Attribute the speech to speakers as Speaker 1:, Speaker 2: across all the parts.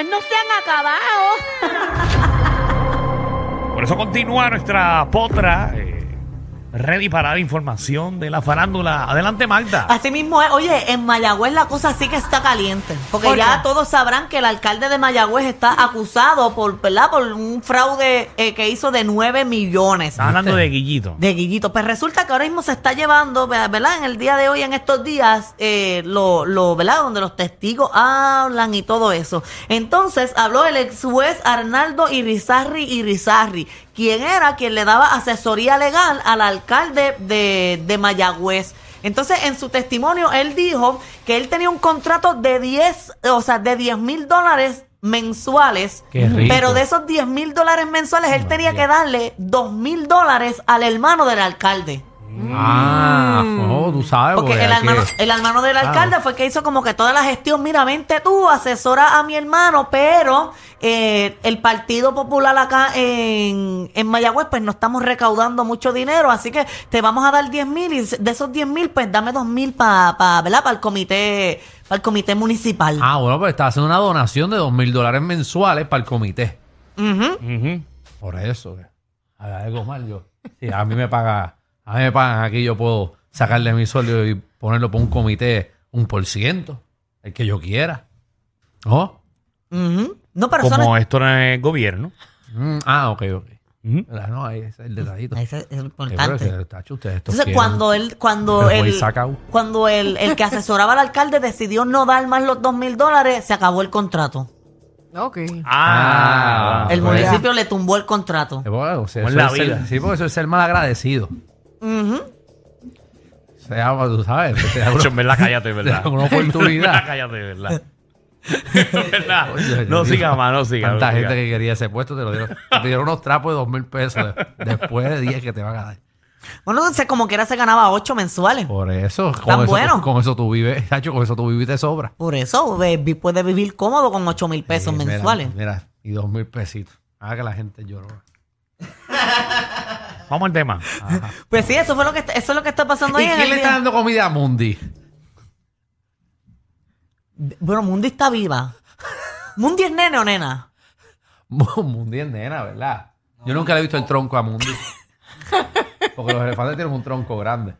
Speaker 1: No se han acabado.
Speaker 2: Por eso continúa nuestra potra, eh, ready para dar información de la farándula. Adelante, Magda.
Speaker 3: Así mismo es. Oye, en Mayagüez la cosa sí que está caliente. Porque
Speaker 1: ¿Por
Speaker 3: ya
Speaker 1: qué?
Speaker 3: todos sabrán que el alcalde de Mayagüez está acusado por, ¿verdad? por un fraude eh, que hizo de 9 millones.
Speaker 2: Estás hablando de Guillito.
Speaker 3: De Guillito. Pues resulta que ahora mismo se está llevando, ¿verdad? En el día de hoy, en estos días, eh, lo, lo, ¿verdad? Donde los testigos hablan y todo eso. Entonces habló el ex juez Arnaldo Irizarri Irizarri, quien era quien le daba asesoría legal al alcalde de, de Mayagüez. Entonces, en su testimonio, él dijo que él tenía un contrato de 10, o sea, de 10 mil dólares mensuales,
Speaker 2: Qué rico.
Speaker 3: pero de esos 10 mil dólares mensuales, él tenía que darle 2 mil dólares al hermano del alcalde.
Speaker 4: Ah, oh, tú sabes,
Speaker 3: Porque
Speaker 4: porque
Speaker 3: el
Speaker 4: hay que-
Speaker 3: hermano, el hermano del alcalde fue el que hizo como que toda la gestión. Mira, vente tú, asesora a mi hermano, pero eh, el Partido Popular acá en, en Mayagüez, pues no estamos recaudando mucho dinero, así que te vamos a dar 10 mil y de esos 10 mil, pues dame 2 mil para el comité, para el comité municipal.
Speaker 4: Ah, bueno, pues está haciendo una donación de dos mil dólares mensuales para el comité.
Speaker 3: Ujú.
Speaker 2: Ujú.
Speaker 4: Por eso. que- Haga algo mal yo. Sí, a mí me paga, a mí me pagan aquí, yo puedo sacarle mi sueldo y ponerlo para un comité un por ciento, el que yo quiera. ¿Oh? ¿No?
Speaker 3: Ujú. No, pero eso no
Speaker 2: Como esto no es gobierno.
Speaker 4: Mm, ah, ok, ok.
Speaker 2: Ujú.
Speaker 4: Ah, No, ahí es el detallito.
Speaker 3: Eso es
Speaker 4: Sí, pero
Speaker 3: importante.
Speaker 4: ese- tacho, ustedes estos
Speaker 3: Entonces,
Speaker 4: quieren-
Speaker 3: cuando él, cuando
Speaker 4: Pero fue
Speaker 3: el,
Speaker 4: sacado.
Speaker 3: cuando el, el que asesoraba al alcalde decidió no dar más los dos mil dólares, se acabó el contrato.
Speaker 1: ok.
Speaker 2: Ah,
Speaker 4: Ah,
Speaker 3: El
Speaker 4: Pues-
Speaker 3: municipio le tumbó el contrato.
Speaker 4: Eh, bueno, o sea,
Speaker 2: Como en
Speaker 4: eso es
Speaker 2: la
Speaker 4: ser-
Speaker 2: vida.
Speaker 4: sí, porque eso es ser mal agradecido.
Speaker 3: Ujú.
Speaker 4: Se llama, tú sabes. que te da
Speaker 2: Nacho,
Speaker 4: una-
Speaker 2: en verdad, cállate, en verdad.
Speaker 4: Una
Speaker 2: En verdad,
Speaker 4: oportunidad.
Speaker 2: cállate, en verdad. En verdad.
Speaker 4: Oye,
Speaker 2: No
Speaker 4: Dios
Speaker 2: siga
Speaker 4: mío.
Speaker 2: más, no siga.
Speaker 4: Tanta
Speaker 2: no siga.
Speaker 4: gente que quería ese puesto te lo dieron. Te dieron unos trapos de dos mil pesos de- después de 10 que te van a dar.
Speaker 3: Bueno, entonces como quiera se ganaba ocho mensuales.
Speaker 2: Oh.
Speaker 4: Por eso, con eso,
Speaker 3: bueno.
Speaker 4: con eso tú vives, Nacho, con eso tú vives y te sobra.
Speaker 3: Por eso eh, vi- puede vivir cómodo con ocho mil pesos
Speaker 4: Eh, mira,
Speaker 3: mensuales.
Speaker 4: Mira, y dos mil pesitos. Haga que la gente llora.
Speaker 2: Vamos al tema.
Speaker 3: Pues sí, eso fue lo que está- eso es lo que está pasando ahí
Speaker 4: ¿Y
Speaker 3: en
Speaker 4: quién
Speaker 3: el
Speaker 4: le está
Speaker 3: día.
Speaker 4: dando comida a Mundi?
Speaker 3: Bueno, Mundi está viva. ¿Mundi es nene o nena?
Speaker 4: Mu- Mundi es nena, ¿verdad? Yo nunca le he visto el tronco a Mundi. Porque los elefantes tienen un tronco grande.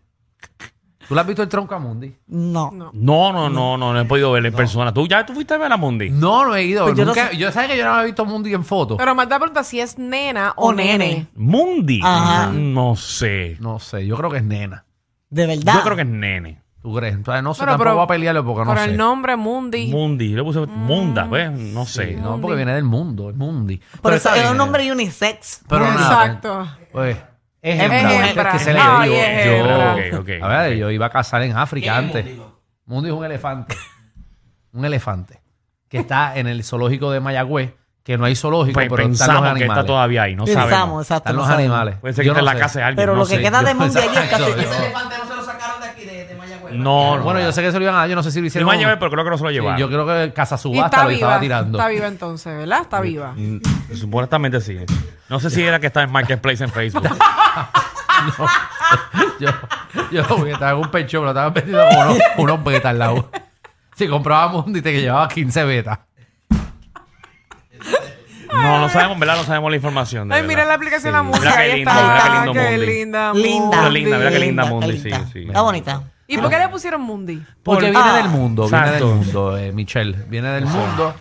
Speaker 4: ¿Tú le has visto el tronco a Mundi?
Speaker 3: No.
Speaker 2: No, no, no, no, no he podido verla en persona. ¿Tú ya tú fuiste a ver a Mundi?
Speaker 4: No, no he ido.
Speaker 3: Pues yo no
Speaker 4: nunca-
Speaker 3: sé.
Speaker 4: yo sabes que yo no había visto a Mundi en foto.
Speaker 1: Pero Marta pregunta si es nena o,
Speaker 3: O
Speaker 1: nene.
Speaker 3: nene.
Speaker 2: Mundi.
Speaker 3: Ajá.
Speaker 2: No sé.
Speaker 4: No sé, yo creo que es nena.
Speaker 3: De verdad.
Speaker 2: Yo creo que es nene.
Speaker 4: ¿Tú crees? Entonces, no sé,
Speaker 1: Bueno,
Speaker 4: tampoco
Speaker 1: pero-
Speaker 4: voy a pelearlo porque no
Speaker 1: Pero
Speaker 4: sé.
Speaker 1: el nombre Mundi.
Speaker 2: Mundi. Yo le puse Munda, pues. No sé.
Speaker 4: Sí, no, porque viene del mundo, el mundi.
Speaker 3: Pero
Speaker 4: está
Speaker 3: eso es
Speaker 4: bien,
Speaker 3: un nombre unisex.
Speaker 4: Pero nada,
Speaker 1: Exacto.
Speaker 4: pues, es
Speaker 3: Es
Speaker 4: hembra,
Speaker 3: hembra.
Speaker 4: antes que se le
Speaker 1: Ay,
Speaker 4: dio.
Speaker 1: es
Speaker 4: Yo-
Speaker 1: hembra.
Speaker 2: Ok, ok,
Speaker 4: A ver,
Speaker 2: ok.
Speaker 4: yo iba a cazar en África antes. Mundi es un elefante. un elefante. Que está en el zoológico de Mayagüez, que no hay zoológico,
Speaker 2: Pues
Speaker 4: pero están los
Speaker 2: pensamos que
Speaker 4: animales.
Speaker 2: está todavía ahí. No
Speaker 3: Pensamos,
Speaker 2: sabemos.
Speaker 3: exacto.
Speaker 4: Están
Speaker 3: no
Speaker 4: los
Speaker 3: sabemos.
Speaker 4: animales.
Speaker 2: Puede ser que
Speaker 4: Yo
Speaker 2: está en
Speaker 4: no
Speaker 2: la
Speaker 4: sé.
Speaker 2: casa de alguien.
Speaker 3: Pero
Speaker 2: no
Speaker 3: lo que
Speaker 2: sé.
Speaker 3: queda de Mundi allí es
Speaker 4: Exacto,
Speaker 3: casi.
Speaker 4: yo-
Speaker 2: No, no.
Speaker 4: Bueno, yo sé que se lo iban a dar, yo no sé
Speaker 2: Se
Speaker 4: si lo
Speaker 2: lo
Speaker 4: hicieron.
Speaker 2: van a llevar, pero creo que no se lo
Speaker 4: Sí,
Speaker 2: llevaron.
Speaker 4: yo creo que Casa
Speaker 1: Y
Speaker 4: Subasta
Speaker 1: está
Speaker 4: lo
Speaker 1: viva.
Speaker 4: estaba tirando.
Speaker 1: Está viva entonces, ¿verdad? Está viva.
Speaker 2: Mm, Supuestamente sí. No sé si era que está en Marketplace en Facebook.
Speaker 4: Yo, yo porque estaba en un pecho, pero estaba vendiendo como unos, unos betas al lado. Si comprábamos un dite que llevaba 15 betas.
Speaker 2: No, no sabemos, ¿verdad? No sabemos la información. de
Speaker 1: Ay, mira
Speaker 2: verdad.
Speaker 1: la aplicación de
Speaker 4: Sí.
Speaker 1: la música.
Speaker 2: Mira qué
Speaker 1: Ahí
Speaker 2: lindo,
Speaker 1: está.
Speaker 2: mira qué lindo Mundi. Mira
Speaker 3: Linda.
Speaker 1: linda. Mundi.
Speaker 2: qué linda, mira qué linda.
Speaker 3: Está
Speaker 2: Mundi, sí,
Speaker 3: linda.
Speaker 2: sí.
Speaker 3: Está bonita.
Speaker 1: ¿Y por qué le pusieron Mundi?
Speaker 4: Porque
Speaker 2: Por-
Speaker 4: viene
Speaker 3: Ah.
Speaker 4: del mundo,
Speaker 2: Exacto.
Speaker 4: viene del mundo, eh, Michelle. Viene del mundo.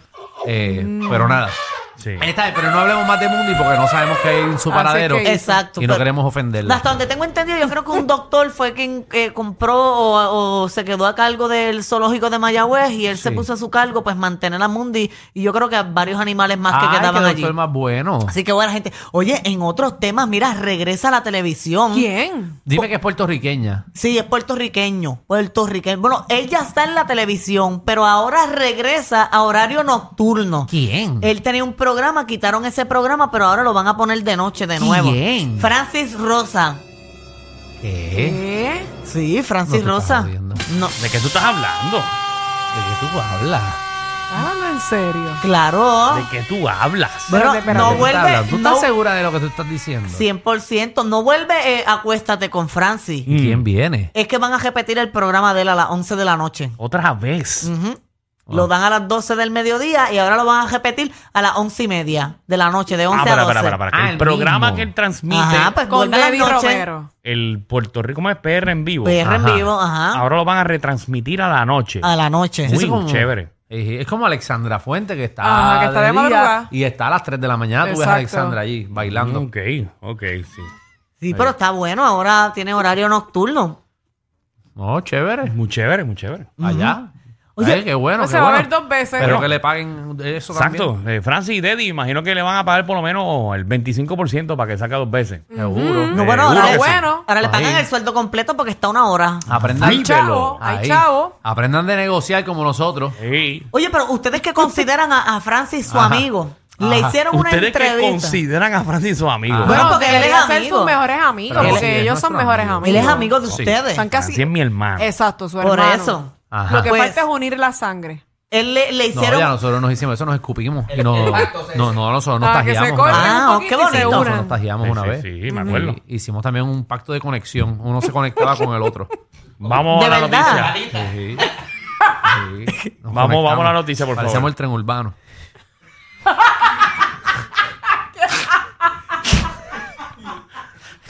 Speaker 4: eh, Pero nada.
Speaker 2: Sí.
Speaker 4: Esta vez, pero no hablemos más de Mundi porque no sabemos qué hay en su
Speaker 1: Así
Speaker 4: paradero.
Speaker 1: que-
Speaker 3: Exacto.
Speaker 4: Y no
Speaker 3: pero-
Speaker 4: queremos ofenderla.
Speaker 3: Hasta donde tengo entendido, yo creo que un doctor fue quien eh, compró o, o se quedó a cargo del zoológico de Mayagüez y él se
Speaker 4: Sí.
Speaker 3: puso a su cargo, pues mantener a Mundi y yo creo que a varios animales más que
Speaker 4: Ah, Ay,
Speaker 3: quedaban
Speaker 4: qué
Speaker 3: allí.
Speaker 4: doctor más bueno.
Speaker 3: Así que buena gente. Oye, en otros temas, mira, regresa a la televisión.
Speaker 1: ¿Quién?
Speaker 4: Dime que es puertorriqueña.
Speaker 3: Sí, es puertorriqueño, puertorriqueño. Bueno, él ya está en la televisión, pero ahora regresa a horario nocturno.
Speaker 4: ¿Quién?
Speaker 3: Él tenía un programa, quitaron ese programa, pero ahora lo van a poner de noche de nuevo.
Speaker 4: ¿Quién?
Speaker 3: Francis Rosa.
Speaker 4: ¿Qué?
Speaker 1: ¿Qué?
Speaker 3: Sí, Francis
Speaker 4: No te
Speaker 3: Rosa.
Speaker 4: estás jodiendo.
Speaker 3: No,
Speaker 2: ¿De qué tú estás hablando?
Speaker 4: ¿De qué tú hablas?
Speaker 1: Ah, no, en serio.
Speaker 2: ¿De
Speaker 3: claro.
Speaker 2: qué tú hablas?
Speaker 3: Bueno,
Speaker 1: Espérate, espérate,
Speaker 3: no
Speaker 4: ¿De qué tú estás
Speaker 3: vuelve.
Speaker 4: hablando? ¿Tú
Speaker 3: no-
Speaker 4: estás segura de lo que tú estás diciendo?
Speaker 3: 100%. No vuelve eh, Acuéstate con Francis.
Speaker 4: ¿Y ¿Quién viene?
Speaker 3: Es que van a repetir el programa de él a las 11 de la noche.
Speaker 2: Otra vez.
Speaker 3: Ujú. Lo dan a las 12 del mediodía y ahora lo van a repetir a las 11 y media de la noche, de 11
Speaker 2: Ah, para,
Speaker 3: a 12.
Speaker 2: para, para, para, que
Speaker 4: Ah,
Speaker 2: el
Speaker 4: el
Speaker 2: programa
Speaker 4: mismo.
Speaker 2: que él transmite,
Speaker 3: Ajá, pues
Speaker 1: Con
Speaker 3: vuelve a las
Speaker 1: Debbie
Speaker 3: noches.
Speaker 1: Romero.
Speaker 2: el Puerto Rico, ¿cómo es? PR en vivo.
Speaker 3: PR Pues en
Speaker 4: Ajá.
Speaker 3: vivo, ajá. Ah,
Speaker 2: Ahora lo van a retransmitir a la noche.
Speaker 3: A la noche.
Speaker 2: Muy
Speaker 4: Sí, como-
Speaker 2: chévere.
Speaker 4: Eh, Es como Alexandra Fuente que está,
Speaker 1: Ajá, que está de
Speaker 4: día
Speaker 1: madrugada.
Speaker 4: y está a las 3 de la mañana. Tú ves a
Speaker 1: Exacto.
Speaker 4: Alexandra allí bailando.
Speaker 2: Ok, ok, sí.
Speaker 3: Sí, pero está bueno, ahora tiene horario nocturno.
Speaker 4: No, chévere.
Speaker 2: Muy chévere, muy chévere.
Speaker 4: Allá.
Speaker 3: Oye,
Speaker 4: Ay, qué bueno.
Speaker 1: pues
Speaker 4: qué
Speaker 1: se va a
Speaker 4: bueno.
Speaker 1: ver dos veces.
Speaker 4: Pero
Speaker 1: No.
Speaker 4: que le paguen eso
Speaker 2: Exacto. Eh, Francis y Deddy, imagino que le van a pagar por lo menos el 25% para que saque dos veces.
Speaker 4: también. Seguro.
Speaker 2: No, Seguro
Speaker 3: bueno, ahora,
Speaker 2: que
Speaker 3: le,
Speaker 2: sí.
Speaker 1: Bueno.
Speaker 3: ahora le pagan
Speaker 4: Ahí.
Speaker 3: el sueldo completo porque está una hora.
Speaker 4: Aprendan,
Speaker 2: Hay
Speaker 1: chavo, hay chavo.
Speaker 4: Aprendan de negociar como nosotros.
Speaker 2: Sí.
Speaker 3: Oye, pero ustedes que consideran a, a Francis su
Speaker 4: Ajá.
Speaker 3: amigo, le
Speaker 4: Ajá.
Speaker 3: hicieron una
Speaker 2: Ustedes que
Speaker 3: entrevista.
Speaker 2: consideran a Francis su amigo.
Speaker 4: Ah.
Speaker 3: Bueno, porque él es
Speaker 1: deberían ser
Speaker 3: amigo.
Speaker 1: sus mejores amigos.
Speaker 4: Pero
Speaker 1: porque
Speaker 4: sí, es
Speaker 1: ellos son
Speaker 4: nuestro
Speaker 1: mejores
Speaker 4: amigo.
Speaker 1: amigos.
Speaker 3: Él es amigo de
Speaker 2: Sí.
Speaker 3: ustedes.
Speaker 1: Son casi-
Speaker 2: Francis es mi hermano.
Speaker 1: Exacto, su
Speaker 3: Por
Speaker 1: hermano.
Speaker 3: eso.
Speaker 4: Ajá.
Speaker 1: Lo que
Speaker 3: Pues-
Speaker 1: falta es unir la sangre.
Speaker 3: Él le, le
Speaker 4: No,
Speaker 3: hicieron.
Speaker 4: ya nosotros nos hicimos eso, nos escupimos. y no, no, no, nosotros nos
Speaker 1: Para que se
Speaker 4: tajeamos.
Speaker 1: corten
Speaker 4: una vez.
Speaker 3: Ah,
Speaker 1: un poquito
Speaker 3: qué
Speaker 1: y se
Speaker 3: bonito.
Speaker 4: Nosotros
Speaker 1: unan.
Speaker 4: nos tajeamos
Speaker 2: Sí,
Speaker 4: una
Speaker 2: sí,
Speaker 4: vez.
Speaker 2: sí, me acuerdo.
Speaker 4: Y hicimos también un pacto de conexión. Uno se conectaba con el otro.
Speaker 2: Vamos
Speaker 3: ¿De
Speaker 2: a la
Speaker 3: verdad?
Speaker 2: noticia.
Speaker 4: Sí. Sí. Nos
Speaker 2: Vamos, vamos a la
Speaker 4: conectamos.
Speaker 2: noticia, por favor.
Speaker 4: Parecíamos el tren urbano.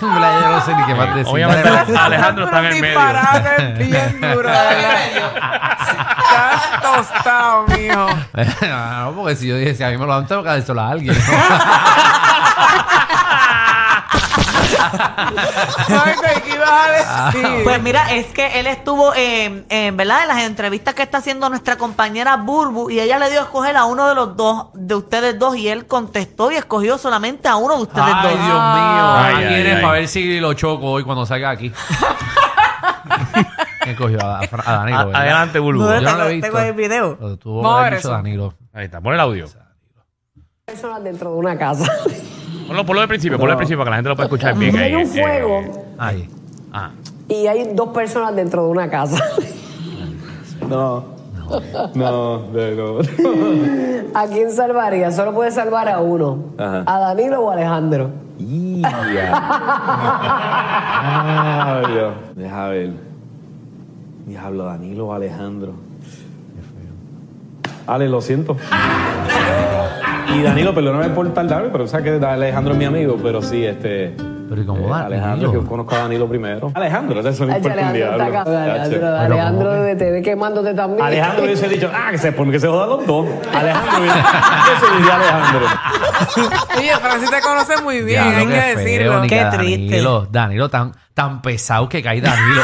Speaker 4: Yo no sé ni qué más decir.
Speaker 2: Obviamente Alejandro está en el
Speaker 1: Un
Speaker 2: medio.
Speaker 1: disparate bien duro, de verdad. Estás tostado, mijo.
Speaker 4: Ah, no, porque si yo dije, si a mí me lo dan, tengo que dárselo a alguien. ¿no?
Speaker 1: ¿Sabes qué ibas a decir?
Speaker 3: Pues mira, es que él estuvo, eh, eh, ¿verdad? En las entrevistas que está haciendo nuestra compañera Burbu y ella le dio a escoger a uno de los dos, de ustedes dos, y él contestó y escogió solamente a uno de ustedes
Speaker 4: Ay,
Speaker 3: dos.
Speaker 4: Dios mío.
Speaker 2: Ay,
Speaker 4: Ahí
Speaker 2: ay,
Speaker 4: viene
Speaker 2: ay.
Speaker 4: para ver si lo choco hoy cuando salga aquí. ¿Quién cogió? A, a, Fra- a Danilo.
Speaker 2: A-
Speaker 4: ¿verdad?
Speaker 2: adelante, Bulbo.
Speaker 4: yo no
Speaker 3: tengo,
Speaker 4: lo he visto.
Speaker 3: tengo el video.
Speaker 4: Lo tuvo
Speaker 1: Vamos a
Speaker 4: que haber
Speaker 1: ver
Speaker 4: dicho
Speaker 1: eso.
Speaker 4: Danilo.
Speaker 2: Ahí está, pon el audio.
Speaker 5: personas dentro de una casa.
Speaker 2: Ponlo, ponlo del principio, ponlo del principio, para que la gente lo pueda escuchar bien.
Speaker 5: Hay
Speaker 2: ahí,
Speaker 5: un
Speaker 2: eh,
Speaker 5: fuego
Speaker 4: Ahí.
Speaker 2: ah.
Speaker 5: y hay dos personas dentro de una casa.
Speaker 6: No. No, de no.
Speaker 5: ¿A quién salvaría? Solo puede salvar a uno.
Speaker 6: Ajá.
Speaker 5: A Danilo o a Alejandro.
Speaker 6: Diablo. Deja ver. Diablo, Danilo o Alejandro. Ale, lo siento. Y Danilo, perdóname por tardarme, pero sabes que Alejandro es mi amigo, pero sí, este.
Speaker 4: Pero ¿y cómo
Speaker 6: eh,
Speaker 4: va?
Speaker 6: Alejandro, que
Speaker 4: Danilo?
Speaker 6: yo conozco a Danilo primero. Alejandro, eso no
Speaker 5: Ay,
Speaker 6: importa un
Speaker 5: Alejandro está acá.
Speaker 6: diablo.
Speaker 5: Alejandro,
Speaker 6: Chacho.
Speaker 5: Alejandro debe te ve quemándote también.
Speaker 6: Alejandro hubiese dicho, ah, que se pone que se joda los dos. Alejandro hubiese eso diría Alejandro.
Speaker 1: Oye, Francis te conoce muy bien,
Speaker 4: Diablo,
Speaker 1: hay
Speaker 4: qué
Speaker 1: que
Speaker 4: feo,
Speaker 1: decirlo.
Speaker 4: ni que
Speaker 3: Qué triste.
Speaker 4: Danilo, Danilo tan, tan pesado que cae Danilo.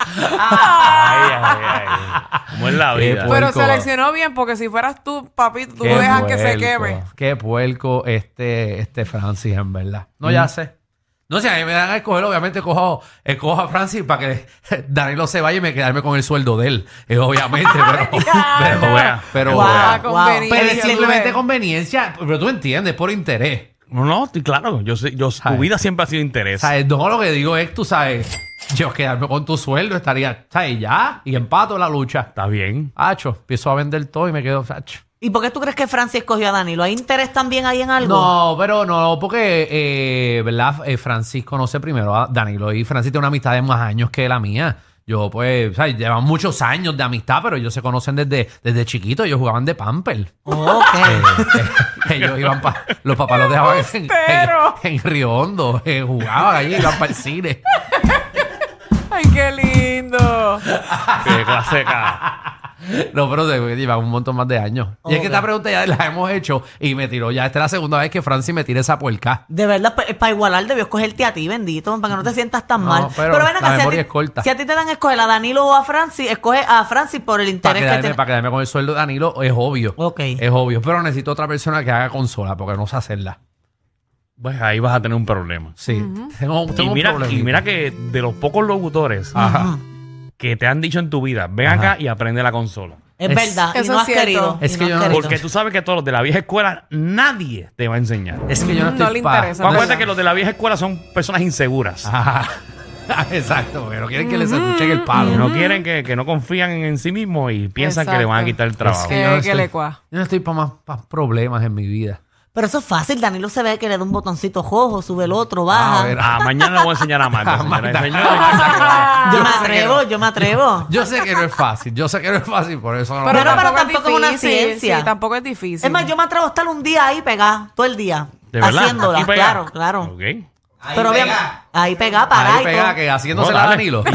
Speaker 2: Ay, ay, ay. ¿Cómo es la
Speaker 4: Qué
Speaker 2: vida?
Speaker 4: puerco.
Speaker 1: Pero seleccionó bien porque si fueras tú, papi, tú dejas que se
Speaker 4: puerco,
Speaker 1: queme.
Speaker 4: Qué puerco este, este Francis, en verdad. No, ya sé. No sé, a mí me dan a escoger, obviamente cojo, escojo a Francis para que Danilo se vaya y me quedarme con el sueldo de él. Eh, obviamente, pero. pero,
Speaker 2: Pero,
Speaker 4: pero-
Speaker 3: Guau,
Speaker 1: Ah,
Speaker 3: guau.
Speaker 1: conveniencia,
Speaker 4: pero es
Speaker 1: tú
Speaker 4: simplemente
Speaker 1: ves.
Speaker 4: conveniencia, pero tú entiendes, por interés.
Speaker 2: No, no, estoy claro. Yo, sé- yo, tu
Speaker 4: Ay.
Speaker 2: vida siempre ha sido interés.
Speaker 4: ¿Sabes? No, lo que digo es, tú sabes, yo quedarme con tu sueldo estaría, ¿sabes? Ya, y empato la lucha.
Speaker 2: Está bien.
Speaker 4: Hacho, empiezo a vender todo y me quedo, hacho.
Speaker 3: ¿Y por qué tú crees que Francis escogió a Danilo? ¿Hay interés también ahí en algo?
Speaker 4: No, pero no, porque, eh, ¿verdad? Eh, Francis conoce primero a Danilo y Francis tiene una amistad de más años que la mía. Yo, pues, ¿sabes? Llevan muchos años de amistad, pero ellos se conocen desde, desde chiquitos. Ellos jugaban de pamper.
Speaker 3: Oh.
Speaker 4: Eh,
Speaker 3: Ok.
Speaker 4: eh, ellos iban pa- los papás los dejaban en, en,
Speaker 1: ¡Embustero!
Speaker 4: en Río Hondo, eh, jugaban allí, iban para el cine.
Speaker 1: Ay, qué lindo.
Speaker 2: Qué clase de cara.
Speaker 4: No, pero de- lleva un montón más de años. Y es que
Speaker 3: Ok.
Speaker 4: esta pregunta ya la hemos hecho y me tiró ya. Esta es la segunda vez que Francis me tira esa puerca.
Speaker 3: De verdad, para igualar debió escogerte a ti, bendito, para que no te sientas tan
Speaker 4: No,
Speaker 3: mal.
Speaker 4: pero
Speaker 3: ven
Speaker 4: la
Speaker 3: si a, ti,
Speaker 4: memoria es corta.
Speaker 3: si a ti te dan a escoger a Danilo o a Francis, escoge a Francis por el
Speaker 4: Para
Speaker 3: interés que
Speaker 4: quedarme, Eh,
Speaker 3: tiene.
Speaker 4: para quedarme con el sueldo de Danilo es obvio.
Speaker 3: Ok.
Speaker 4: Es obvio. Pero necesito otra persona que haga consola porque no sé hacerla.
Speaker 2: Pues ahí vas a tener un problema.
Speaker 4: Sí. Tengo, tengo
Speaker 2: Y
Speaker 4: un
Speaker 2: mira,
Speaker 4: problemita.
Speaker 2: y mira que de los pocos locutores
Speaker 4: Ajá.
Speaker 2: que te han dicho en tu vida, ven
Speaker 4: Ajá.
Speaker 2: acá y aprende la consola.
Speaker 3: Es,
Speaker 4: Es-
Speaker 3: verdad, y
Speaker 1: Eso
Speaker 3: no
Speaker 1: es
Speaker 3: has
Speaker 1: cierto.
Speaker 3: querido.
Speaker 4: Es
Speaker 3: y
Speaker 4: que
Speaker 3: no
Speaker 4: yo
Speaker 3: has
Speaker 4: no-
Speaker 3: querido.
Speaker 2: Porque tú sabes que todos los de la vieja escuela, nadie te va a enseñar.
Speaker 4: Es que yo no
Speaker 1: No
Speaker 4: estoy
Speaker 1: le
Speaker 4: pa-
Speaker 2: Tú
Speaker 1: interesa.
Speaker 2: acuérdate que los de la vieja escuela son personas inseguras.
Speaker 4: Ajá. Ah, Exacto, pero quieren que les escuchen el palo.
Speaker 2: Que no quieren, que, que no confían en, en sí mismos y piensan que le van a
Speaker 1: Exacto.
Speaker 2: quitar el trabajo.
Speaker 4: Es que yo no
Speaker 1: Eh, que le
Speaker 4: estoy,
Speaker 1: cua.
Speaker 4: yo no estoy para más pa' problemas en mi vida.
Speaker 3: Pero eso es fácil. Danilo se ve que le da un botoncito rojo, sube el otro, baja.
Speaker 4: A ver,
Speaker 2: Ah, mañana lo voy a enseñar a Marta. señoras y señores.
Speaker 3: yo
Speaker 1: Ah,
Speaker 4: Yo
Speaker 3: me
Speaker 4: sé que
Speaker 3: atrevo, yo me atrevo.
Speaker 4: Yo sé que no es fácil, yo sé que no es fácil, por eso no
Speaker 3: Pero
Speaker 4: lo
Speaker 3: no, pero tampoco es una ciencia.
Speaker 1: sí, tampoco es difícil.
Speaker 3: Es más, yo me atrevo a estar un día ahí pegada, todo el día.
Speaker 2: ¿De verdad?
Speaker 3: haciéndola,
Speaker 2: ¿Aquí pegada?
Speaker 3: claro, claro.
Speaker 2: Ok.
Speaker 3: pero obviamente, ahí pegada, parada
Speaker 4: Ahí
Speaker 3: y
Speaker 4: pega
Speaker 3: todo.
Speaker 4: que haciéndose
Speaker 2: No,
Speaker 4: la
Speaker 2: dale.
Speaker 4: Danilo.